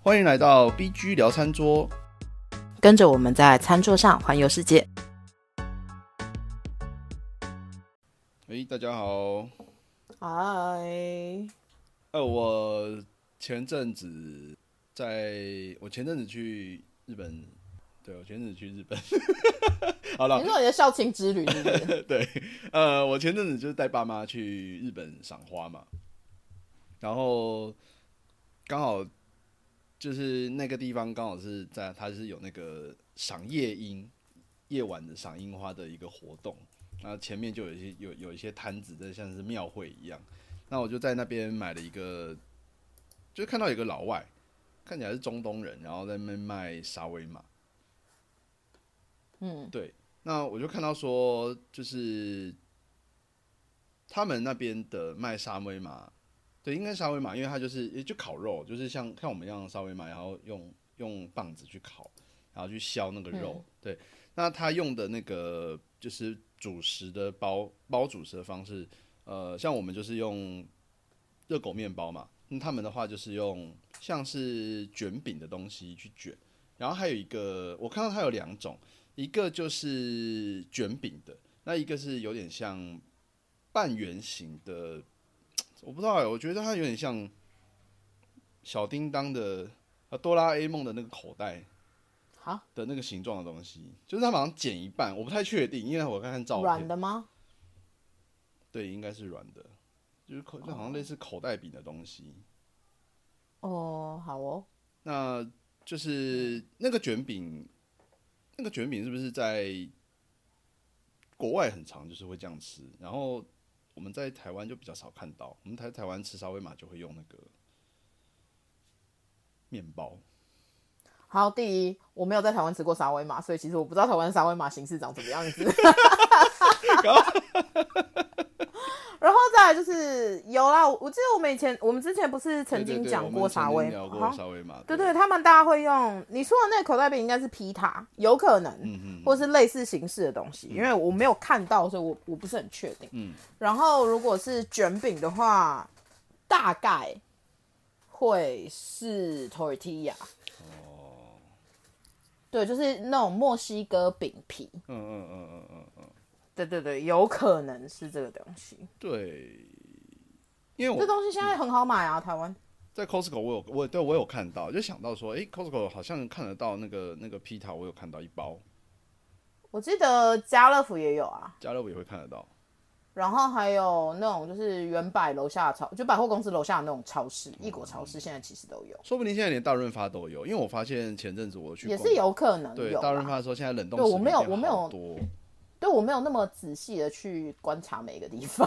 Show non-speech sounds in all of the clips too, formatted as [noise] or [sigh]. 欢迎来到 BG 聊餐桌。跟着我们在餐桌上环游世界。诶，大家好。嗨，呃，我前阵子在，我前阵子去日本，对我前阵子去日本。 [laughs] 好了你，说你的校庆之旅是不是？对，呃，我前阵子就是带爸妈去日本赏花嘛，然后刚好就是那个地方刚好是在它是有那个赏夜樱，夜晚的赏樱花的一个活动，那前面就有一些有有一些摊子在像是庙会一样，那我就在那边买了一个，就看到有个老外，看起来是中东人，然后在那边卖沙威玛。嗯，对，那我就看到说，就是他们那边的卖沙威玛，对，应该沙威玛，因为它就是也就烤肉，就是像像我们一样的沙威玛，然后用用棒子去烤，然后去削那个肉。对，那他用的那个就是主食的包包主食的方式，呃，像我们就是用热狗面包嘛，那他们的话就是用像是卷饼的东西去卷，然后还有一个我看到它有两种。一个就是卷饼的，那一个是有点像半圆形的，我不知道哎、我觉得它有点像小叮当的啊哆啦 A 梦的那个口袋好，的那个形状的东西，就是它好像剪一半，我不太确定，因为我看看照软片，的吗？对，应该是软的，就是口，就好像类似口袋饼的东西。哦，好哦，那就是那个卷饼，那个卷饼是不是在国外很常就是会这样吃？然后我们在台湾就比较少看到，我们台台湾吃沙威玛就会用那个面包。好，第一，我没有在台湾吃过沙威玛，所以其实我不知道台湾沙威玛形式长什么样子。 [laughs] 然后再来就是有啦，我我记得我们以前我们之前不是曾对对经对讲我们过曾沙经威聊玛，过好沙威玛，对对，他们大家会用你说的那个口袋饼应该是皮塔，有可能，嗯嗯或是类似形式的东西，因为我没有看到，所以我我不是很确定。嗯，然后如果是卷饼的话，大概会是 tortilla。哦，对，就是那种墨西哥饼皮。嗯嗯嗯嗯嗯嗯，对对对，有可能是这个东西。对，因为我这东西现在很好买啊，台湾。在 Costco 我有我对我有看到，就想到说，诶 c o s t c o 好像看得到那个那个披塔，我有看到一包，我记得家乐福也有啊，家乐福也会看得到。然后还有那种就是原百楼下的超，就百货公司楼下的那种超市，一果超市现在其实都有，说不定现在连大润发都有，因为我发现前阵子我去也逛是有可能对有大啦。润发的时候，现在冷冻对食我品没有店我没有好多，对我没有那么仔细的去观察每一个地 [laughs] 方。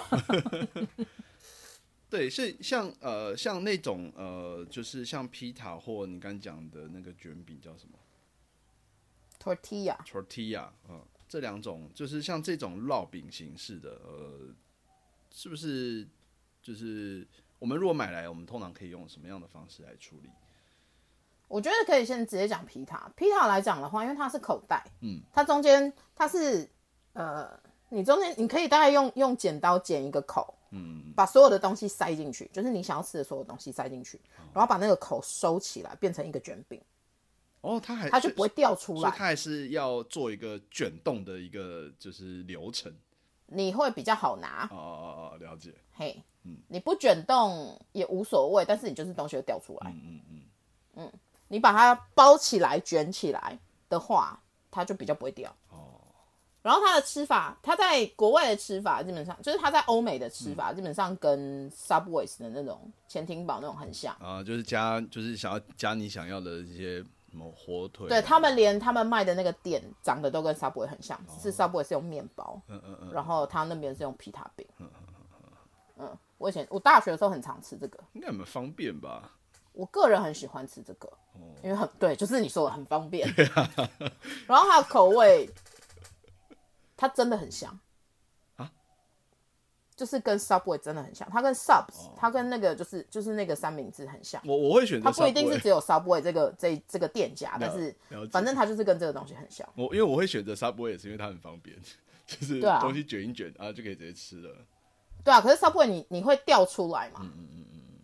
对，是像呃像那种呃就是像披塔或你刚讲的那个卷饼叫什么 tortilla， tortilla，嗯、这两种就是像这种烙饼形式的，呃，是不是就是我们如果买来，我们通常可以用什么样的方式来处理？我觉得可以先直接讲皮塔。皮塔来讲的话，因为它是口袋，嗯，它中间它是呃，你中间你可以大概用用剪刀剪一个口，嗯，把所有的东西塞进去，就是你想要吃的所有东西塞进去，然后把那个口收起来，变成一个卷饼，哦，它还它就不会掉出所以来。它还是要做一个卷动的一个就是流程。你会比较好拿，哦哦哦哦，了解。嘿，你不卷动也无所谓，但是你就是东西会掉出来。嗯嗯嗯你把它包起来、卷起来的话，它就比较不会掉。哦。然后它的吃法，它在国外的吃法基本上就是它在欧美的吃法，基本上跟 Subways 的那种潜艇堡那种很像。啊，就是加，就是想要加你想要的一些什么火腿、对，他们连他们卖的那个店长得都跟 Subway 很像，只是 Subway 是用面包，嗯嗯嗯，然后他那边是用皮塔饼。嗯，我以前我大学的时候很常吃这个，应该蛮方便吧？我个人很喜欢吃这个，哦因为很对，就是你说的很方便。啊 [laughs] 然后它的口味，它真的很像啊，就是跟 Subway 真的很像，它跟 Subs，、它哦跟那个就是就是那个三明治很像。我我会选择它不一定是 Subway 只有 Subway 这个这这个店家，但是了解反正它就是跟这个东西很像。我，因为我会选择 Subway 也是因为它很方便，就是对啊东西卷一卷啊就可以直接吃了。嗯对啊，可是 Subway 你你会掉出来嘛？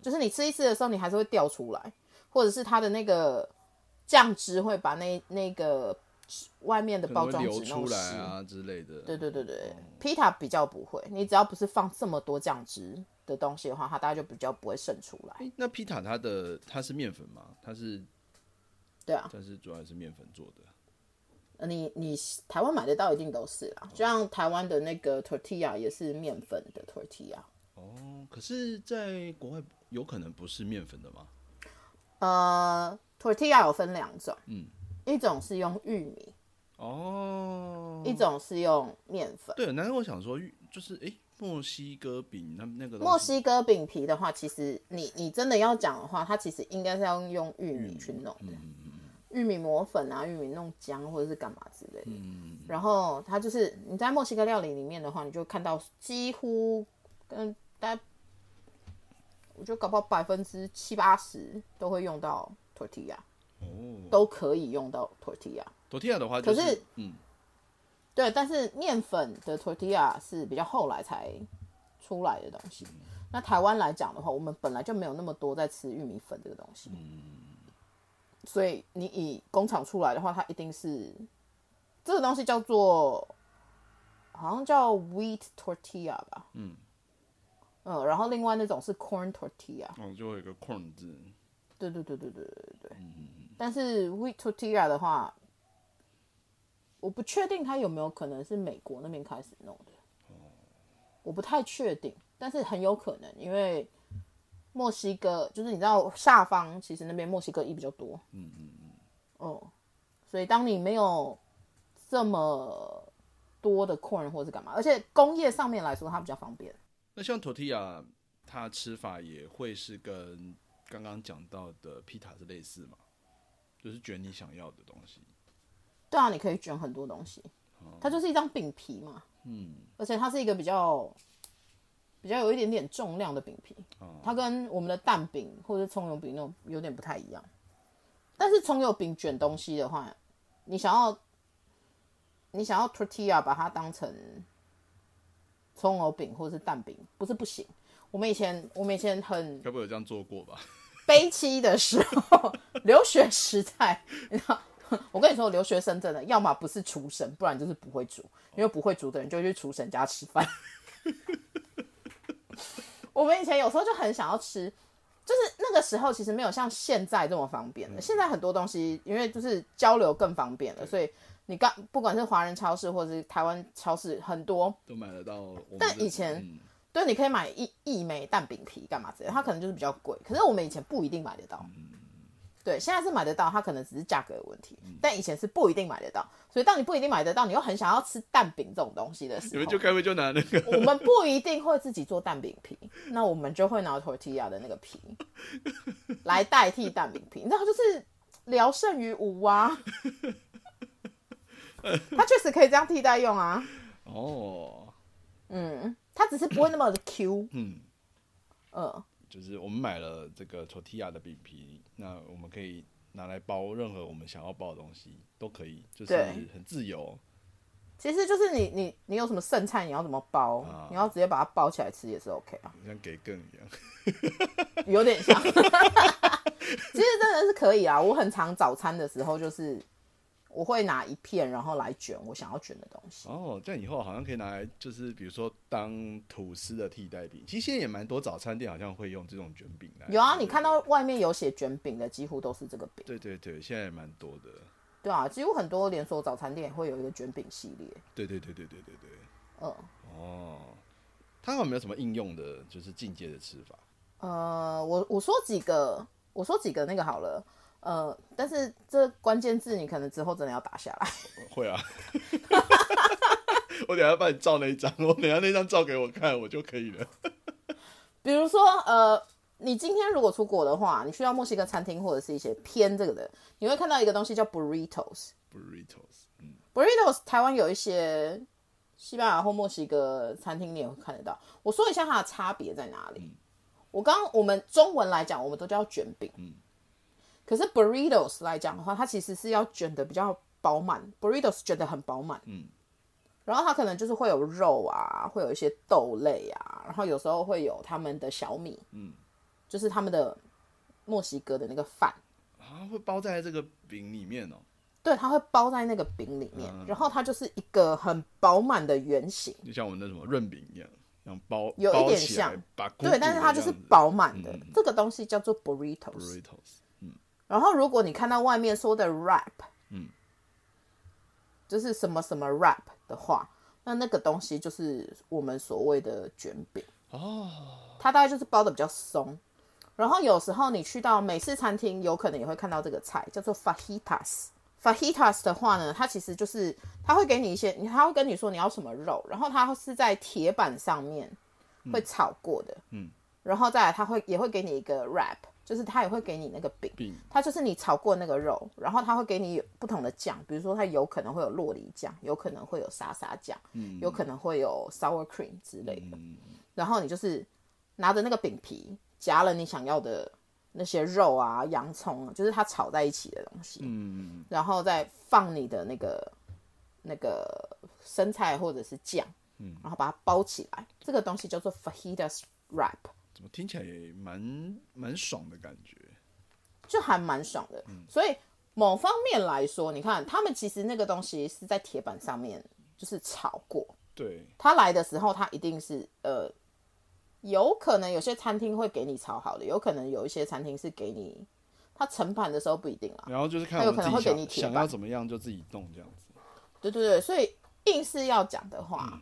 就是你吃一吃的时候，你还是会掉出来。或者是它的那个酱汁会把那那个外面的可能包会装流纸弄出湿。来啊哦之类的。对对对对、p i t a 比较不会，你只要不是放这么多酱汁的东西的话，它大概就比较不会渗出来。诶那皮塔它的它是面粉吗？它是对啊，但是主要是面粉做的。呃你你台湾买得到一定都是啦，就像台湾的那个 tortilla 也是面粉的 tortilla。哦，可是在国外有可能不是面粉的吗？呃，tortilla 有分两种，嗯，一种是用玉米，哦，一种是用面粉。对，难怪我想说，就是诶，墨西哥饼那那个东墨西西哥饼皮的话，其实你你真的要讲的话，它其实应该是要用玉米嗯去弄的，玉米磨粉啊，玉米弄浆或者是干嘛之类的。然后它就是你在墨西哥料理里面的话，你就看到几乎嗯，大概我觉得搞不好百分之七八十都会用到 tortilla，哦，都可以用到 tortilla。 tortilla 的话、就是，可是嗯，对，但是面粉的 tortilla 是比较后来才出来的东西。那台湾来讲的话，我们本来就没有那么多在吃玉米粉这个东西，所以你以工厂出来的话，它一定是这个东西叫做好像叫 wheat tortilla 吧，嗯，呃，然后另外那种是 corn tortilla，哦，就会有一个 corn 字，对对对对对对对对。但是 wheat tortilla 的话，我不确定它有没有可能是美国那边开始弄的，我不太确定，但是很有可能，因为墨西哥就是你知道下方其实那边墨西哥裔比较多，嗯嗯嗯，哦，所以当你没有这么多的 corn 或是干嘛，而且工业上面来说它比较方便，那像 tortilla，它吃法也会是跟刚刚讲到的皮塔是类似嘛？就是卷你想要的东西。对啊，你可以卷很多东西，它就是一张饼皮嘛，嗯，而且它是一个比较比较有一点点重量的饼皮，它跟我们的蛋饼或者是葱油饼那种有点不太一样。但是葱油饼卷东西的话，你想要你想要 tortilla 把它当成葱油饼或者是蛋饼，不是不行。我们以前我们以前很该不会有这样做过吧？ [laughs] 悲戚的时候，留学时代，你知道，我跟你说，留学生真的要么不是厨神，不然就是不会煮，因为不会煮的人就会去厨神家吃饭。我们以前有时候就很想要吃，就是那个时候其实没有像现在这么方便了。现在很多东西，因为就是交流更方便了，所以你刚不管是华人超市或者是台湾超市，很多都买得到我们这。但以前嗯对，你可以买一一枚蛋饼皮干嘛之类的，它可能就是比较贵。可是我们以前不一定买得到，嗯对，现在是买得到，它可能只是价格的问题，嗯但以前是不一定买得到。所以当你不一定买得到，你又很想要吃蛋饼这种东西的时你候们，就该不会就拿那个 [laughs] 我们不一定会自己做蛋饼皮，那我们就会拿 tortilla 的那个 [laughs] 皮来代替蛋饼皮，你知道，就是聊胜于无 [laughs] 啊。它确实可以这样替代用啊，哦，嗯，它只是不会那么 [coughs] 的 Q，嗯，嗯。就是我们买了这个 tortilla 的饼皮，那我们可以拿来包任何我们想要包的东西，都可以，就是对很自由。其实就是你你你有什么剩菜，你要怎么包，啊你要直接把它包起来吃也是 OK 啊，像给更一样，有 [laughs] 点像。其实真的是可以啊，我很常早餐的时候就是我会拿一片，然后来卷我想要卷的东西。哦，这样以后好像可以拿来，就是比如说当吐司的替代品。其实现在也蛮多早餐店好像会用这种卷饼来。有啊，你看到外面有写卷饼的，几乎都是这个饼。嗯对对对，现在也蛮多的。对啊，几乎很多连锁早餐店也会有一个卷饼系列。对对对对对对对。嗯哦，它有没有什么应用的，就是进阶的吃法？呃，我我说几个，我说几个那个好了。呃，但是这关键字你可能之后真的要打下来。 [laughs] 会啊。 [laughs] 我等一下帮你照那一张，我等一下那张照给我看，我就可以了。比如说，呃，你今天如果出国的话，你去到墨西哥餐厅或者是一些偏这个的，你会看到一个东西叫 burritos。 Burritos，嗯， burritos 台湾有一些西班牙或墨西哥餐厅你也会看得到。我说一下它的差别在哪嗯里。我刚我们中文来讲，我们都叫卷饼，嗯可是 burritos 来讲的话，它其实是要卷的比较饱满，burritos 卷的很饱满，嗯然后它可能就是会有肉啊，会有一些豆类啊，然后有时候会有他们的小米，嗯就是他们的墨西哥的那个饭，它啊会包在这个饼里面哦、对，它会包在那个饼里面，然后它就是一个很饱满的圆形，就像我们那什么润饼一样，像包有一包点起来像，把对，但是它就是饱满的，这个东西叫做 burritos。 burritos，然后如果你看到外面说的 wrap，嗯，就是什么什么 wrap 的话，那那个东西就是我们所谓的卷饼。哦，它大概就是包的比较松。然后有时候你去到美式餐厅，有可能也会看到这个菜，叫做 fajitas。fajitas 的话呢，它其实就是它会给你一些，它会跟你说你要什么肉，然后它是在铁板上面会炒过的，嗯，然后再来它会也会给你一个 wrap，就是它也会给你那个饼，饼它就是你炒过那个肉，然后它会给你有不同的酱，比如说它有可能会有洛梨酱，有可能会有沙沙酱，有可能会有 sour cream 之类的。然后你就是拿着那个饼皮夹了你想要的那些肉啊、洋葱啊，就是它炒在一起的东西，嗯，然后再放你的那个那个生菜或者是酱，然后把它包起来，这个东西叫做 fajitas wrap。怎么听起来也蛮蛮爽的感觉，就还蛮爽的。所以某方面来说，你看他们其实那个东西是在铁板上面就是炒过，对，他来的时候他一定是呃，有可能有些餐厅会给你炒好的，有可能有一些餐厅是给你，他盛盘的时候不一定啦。然后就是看啊它有我们可能自己会给你想铁想板要怎么样就自己弄这样子，对对对，所以硬是要讲的话。嗯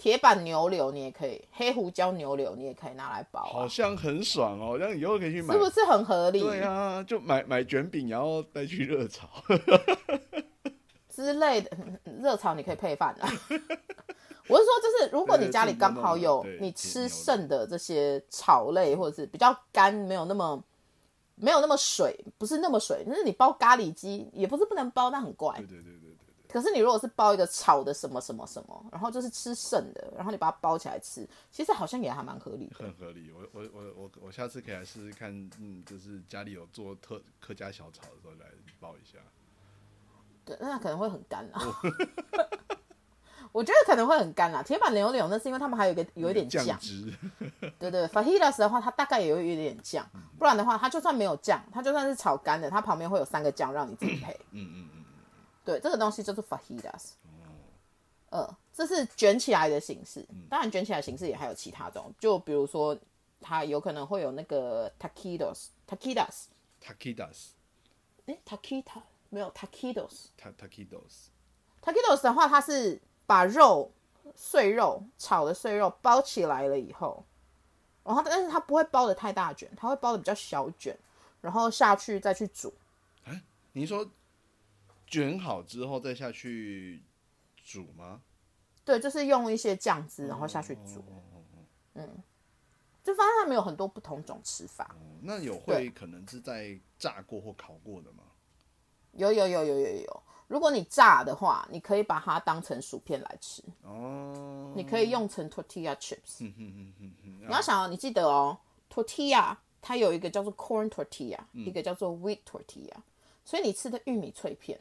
铁板牛柳你也可以，黑胡椒牛柳你也可以拿来包、好啊，像很爽哦，这样以后可以去买是，不是很合理？对啊，就买买卷饼，然后再去热炒， [laughs] 之类的， [laughs] 嗯热炒你可以配饭啊。 [laughs] 我是说，就是如果你家里刚好有嗯对对对你吃剩的这些炒类，或者是比较干，没有那么没有那么水，不是那么水，就是你包咖喱鸡也不是不能包，但很怪对。对对对对，可是你如果是包一个炒的什么什么什么，然后就是吃剩的，然后你把它包起来吃，其实好像也还蛮合理的。很合理。我我我我我下次可以来试试看，嗯，就是家里有做特客家小炒的时候来包一下，对，那可能会很干啊。嗯 [laughs] 我觉得可能会很干啦。啊铁板牛柳那是因为他们还有一个有一点酱酱，汁， [laughs] 对对，fajitas 的话，它大概也有一点酱，不然的话，它就算没有酱，它就算是炒干的，它旁边会有三个酱让你自己配。嗯嗯嗯。哦对，这个东西就是 fajitas。呃，这是卷起来的形式，当然卷起来的形式也还有其他种，就比如说它有可能会有那个 taquitos，taquitos， taquitos 哎，taquita 没有 taquitos，taquitos ta taquitos，的话，它是把肉碎肉炒的碎肉包起来了以后，然后但是它不会包的太大卷，它会包的比较小卷，然后下去再去煮。哎，您说卷好之后再下去煮吗？对，就是用一些酱汁，然后下去煮。嗯，就发现他们有很多不同种吃法，哦，那有对会可能是在炸过或烤过的吗？有有有有有有。如果你炸的话，你可以把它当成薯片来吃，哦，你可以用成 tortilla chips。嗯嗯嗯嗯你要想哦，你记得哦，tortilla 它有一个叫做 corn tortilla，、一嗯个叫做 wheat tortilla，所以你吃的玉米脆片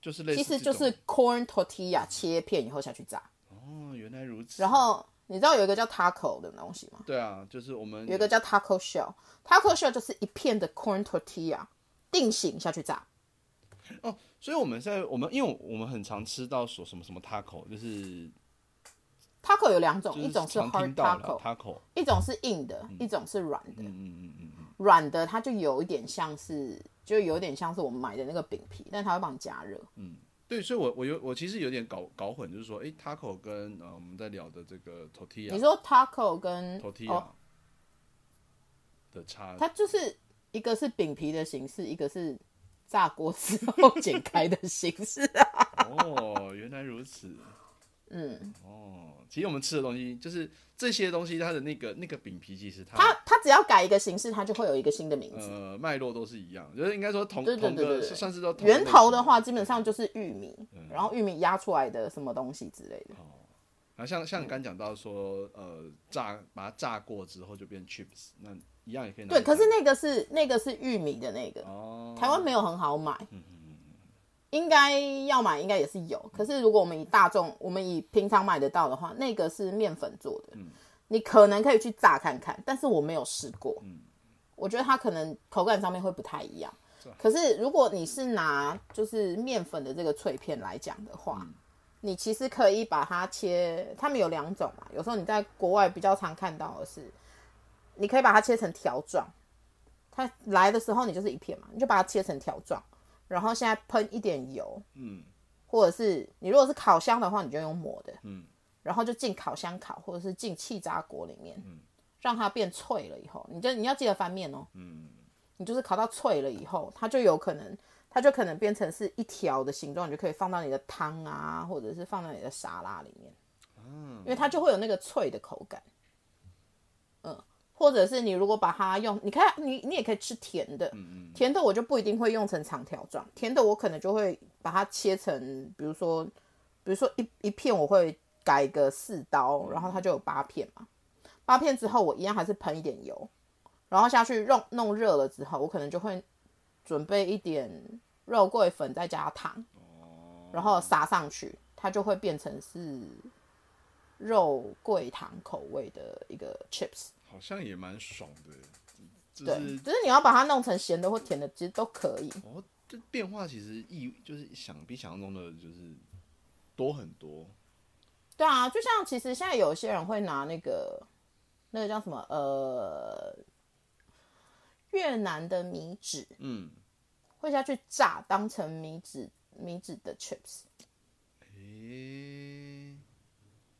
就是类似其实就这种是 corn tortilla 切片以后下去炸。哦，原来如此。然后你知道有一个叫 taco 的东西吗？对啊，就是我们有一个叫 taco shell，taco shell 就是一片的 corn tortilla 定型下去炸。哦，所以我们在我们因为我们很常吃到说什么什么 taco，就是 taco 有两种，就哦一种是常 hard 听到的 taco， taco，一种是硬的，一种是软的。嗯嗯嗯，软的它就有一点像是，就有点像是我们买的那个饼皮，但它会帮你加热。对，所以我我有我其实有点搞搞混，就是说，诶 t a c o 跟呃我们在聊的这个 tortilla，你说 taco 跟 tortilla 哦，的差，它就是一个是饼皮的形式，一个是炸锅之后剪开的形式啊。哦，原来如此。嗯，哦，其实我们吃的东西就是这些东西，它的那个那个饼皮，其实它它它只要改一个形式，它就会有一个新的名字。呃脉络都是一样，就是应该说同对对同对个对对算是都同个源头类的型话，基本上就是玉米，然后玉米压出来的什么东西之类的。然后啊像像你刚讲到说，呃，炸把它炸过之后就变 chips，那一样也可以拿对，来可是炸那个是那个是玉米的那个，哦，台湾没有很好买，应该要买应该也是有。可是如果我们以大众，我们以平常买得到的话，那个是面粉做的，你可能可以去炸看看，但是我没有试过，我觉得它可能口感上面会不太一样。可是如果你是拿就是面粉的这个脆片来讲的话，你其实可以把它切，他们有两种嘛，有时候你在国外比较常看到的是，你可以把它切成条状，它来的时候你就是一片嘛，你就把它切成条状，然后现在喷一点油，嗯或者是你如果是烤箱的话，你就用抹的，嗯，然后就进烤箱烤，或者是进气炸锅里面，让它变脆了以后，你就你要记得翻面哦，嗯你就是烤到脆了以后，它就有可能，它就可能变成是一条的形状，你就可以放到你的汤啊，或者是放到你的沙拉里面，啊因为它就会有那个脆的口感，嗯，或者是你如果把它用，你看你你也可以吃甜的，甜的我就不一定会用成长条状，甜的我可能就会把它切成，比如说，比如说一一片我会改个四刀，然后它就有八片嘛，八片之后我一样还是喷一点油，然后下去弄弄热了之后，我可能就会准备一点肉桂粉，再加糖，哦然后撒上去，它就会变成是肉桂糖口味的一个 chips。好像也蛮爽的，就对，是只是你要把它弄成咸的或甜的，其实都可以。哦，这变化其实意就是想比想象中的就是多很多，对啊，就像其实现在有些人会拿那个那个叫什么呃越南的米纸，嗯，会下去炸当成米纸米纸的 chips。诶、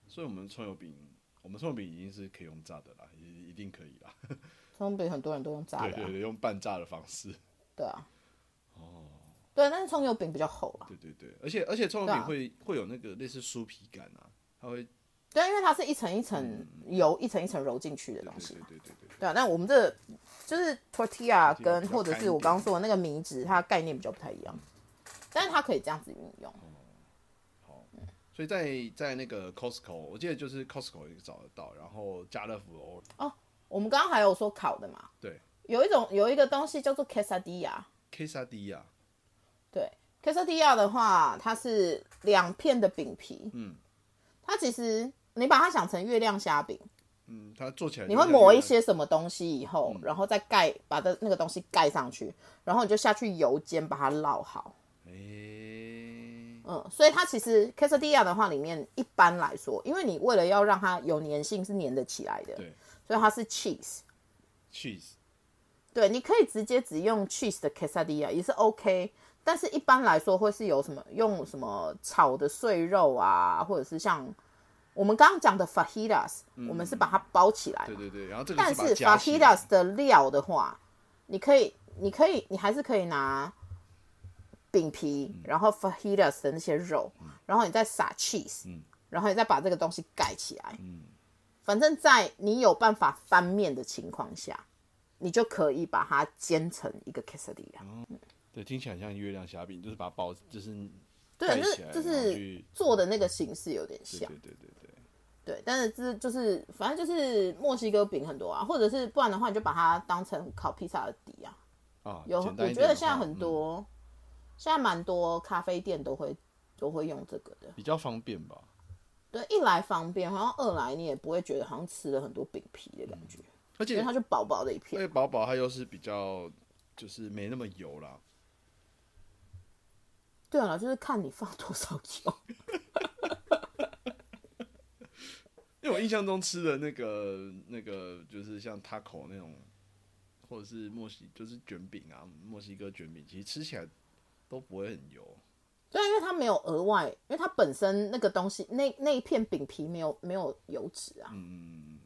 所以我们葱油饼，我们葱油饼已经是可以用炸的啦，一一定可以啦，葱饼很多人都用炸的、啊，对对对，用半炸的方式，对啊。哦。对，但是葱油饼比较厚啊啦。对对对，而且而且葱油对饼啊会、会有那个类似酥皮感啊，它会对，因为它是一层一层油，一层一层揉进去的对东嗯西对嘛。对对对，对啊，但我们这个就是 tortilla 比较跟比较或者干一是我点刚刚说的那个米纸，它概念比较不太一样，但是它可以这样子运用。所以在在那个 Costco，我记得就是 Costco 也找得到，然后家乐福哦偶尔我们刚刚还有说烤的嘛，对有一种有一个东西叫做 quesadilla， quesadilla，对，quesadilla 的话，它是两片的饼皮，嗯它其实你把它想成月亮虾饼，嗯，它做起来你就会像嗯抹个一些什么东西以后，然后再盖把这那个东西盖上去，然后你就下去油煎把它烙好。诶、嗯，所以它其实 quesadilla 的话，里面一般来说，因为你为了要让它有粘性是粘得起来的，对所以它是 cheese。 cheese，对，你可以直接只用 cheese 的 quesadilla 也是 OK，但是一般来说会是有什么用什么炒的碎肉啊，或者是像我们刚刚讲的 fajitas，、我们是把它包起来嘛对对对，然后这个但把它是夹起来 fajitas 的料的话，你可以，你可以，你还是可以拿饼皮，嗯然后 fajitas 的那些肉，然后你再撒 cheese，、然后嗯你再把这个东西盖起来。反正，在你有办法翻面的情况下，你就可以把它煎成一个 quesadilla。哦对，听起来很像月亮虾饼，就是把它包，就是对，盖就起来是就然后是去做的那个形式有点对像。对对对对，对，但是这就是反正就是墨西哥饼很多啊，或者是不然的话，你就把它当成烤披萨的底啊。啊，有，简我单一觉点得的现在话很嗯多，现在蛮多咖啡店都会都会用这个的。比较方便吧，对，一来方便，好像二来你也不会觉得好像吃了很多饼皮的感觉，而因为且它就薄薄的一因片。为薄薄它又是比较就是没那么油啦，对啊，就是看你放多少油。因为我印象中吃的那个那个就是像 taco 那种，或者是墨西就是卷饼啊，墨西哥卷饼，其实吃起来都不会很油。对啊，因为它没有额外，因为它本身那个东西，那那一片饼皮没有没有油脂啊。嗯，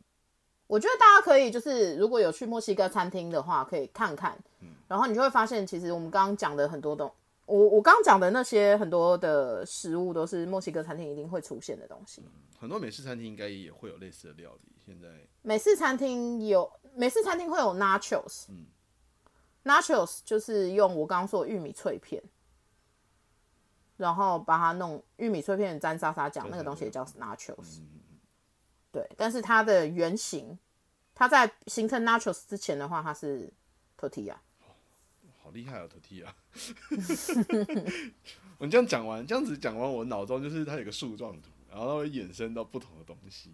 我觉得大家可以就是如果有去墨西哥餐厅的话，可以看看，然后你就会发现，其实我们刚刚讲的很多东，我我刚刚讲的那些很多的食物都是墨西哥餐厅一定会出现的东西。很多美式餐厅应该也会有类似的料理。现在美式餐厅有美式餐厅会有 nachos，nachos 就是用我刚刚说的玉米脆片，然后把它弄玉米脆片沾沙沙酱，对那个东西对嗯也叫 nachos。对，但是它的原型，它在形成 nachos 之前的话，它是 tortilla。好厉害啊，tortilla！我这样讲完，这样子讲完，我脑中就是它有个树状图，然后它会衍生到不同的东西。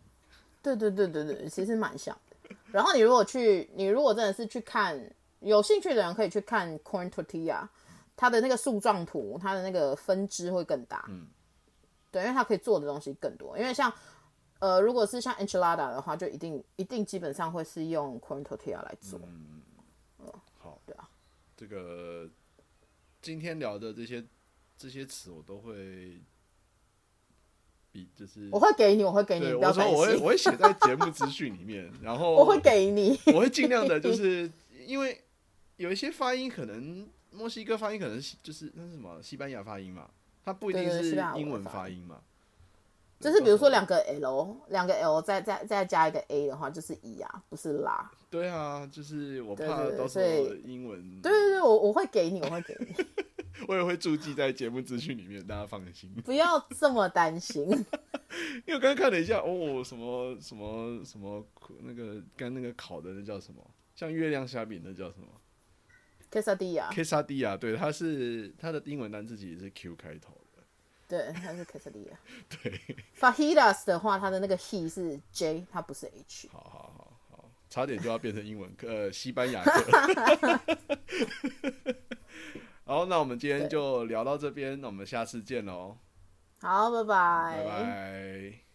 对对对对对，其实蛮像的。然后你如果去，你如果真的是去看有兴趣的人可以去看 corn tortilla，它的那个树状图，它的那个分支会更大。嗯，对，因为它可以做的东西更多。因为像呃，如果是像 enchilada 的话，就一定一定基本上会是用 corn tortilla 来做。嗯好，对啊，这个今天聊的这些这些词，我都会比就是我会给你，我会给你，对不要我担说我会心，我会写在节目资讯里面，然后 [laughs] 我会给你。我会尽量 [laughs] 的，就是因为有一些发音可能墨西哥发音可能是就是那是什么西班牙发音嘛，它不一定对对对是西班牙文英文的发发音嘛。就是比如说两个 L，两个 L 再再再加一个 A 的话，就是一啊，不是啦。对啊，就是我对怕对对到时所候以英文，对对对，我我会给你，我会给你， [laughs] 我也会注记在节目资讯里面，大家放心。不要这么担 [laughs] 心。 [laughs] 因为我刚刚看了一下，哦，什么什么什么那个刚那个烤的那叫什么？像月亮虾饼那叫什么 quesadilla， k e s a d i a 对，它是它的英文单字其实是 Q 开头的。对，它是 quesadilla。对， fajitas 的话，它的那个 he 是 J，它不是 H。好好好好，差点就要变成英文课，呃，西班牙课。 [laughs] 好，那我们今天就聊到这边，那我们下次见喽，好，拜拜拜。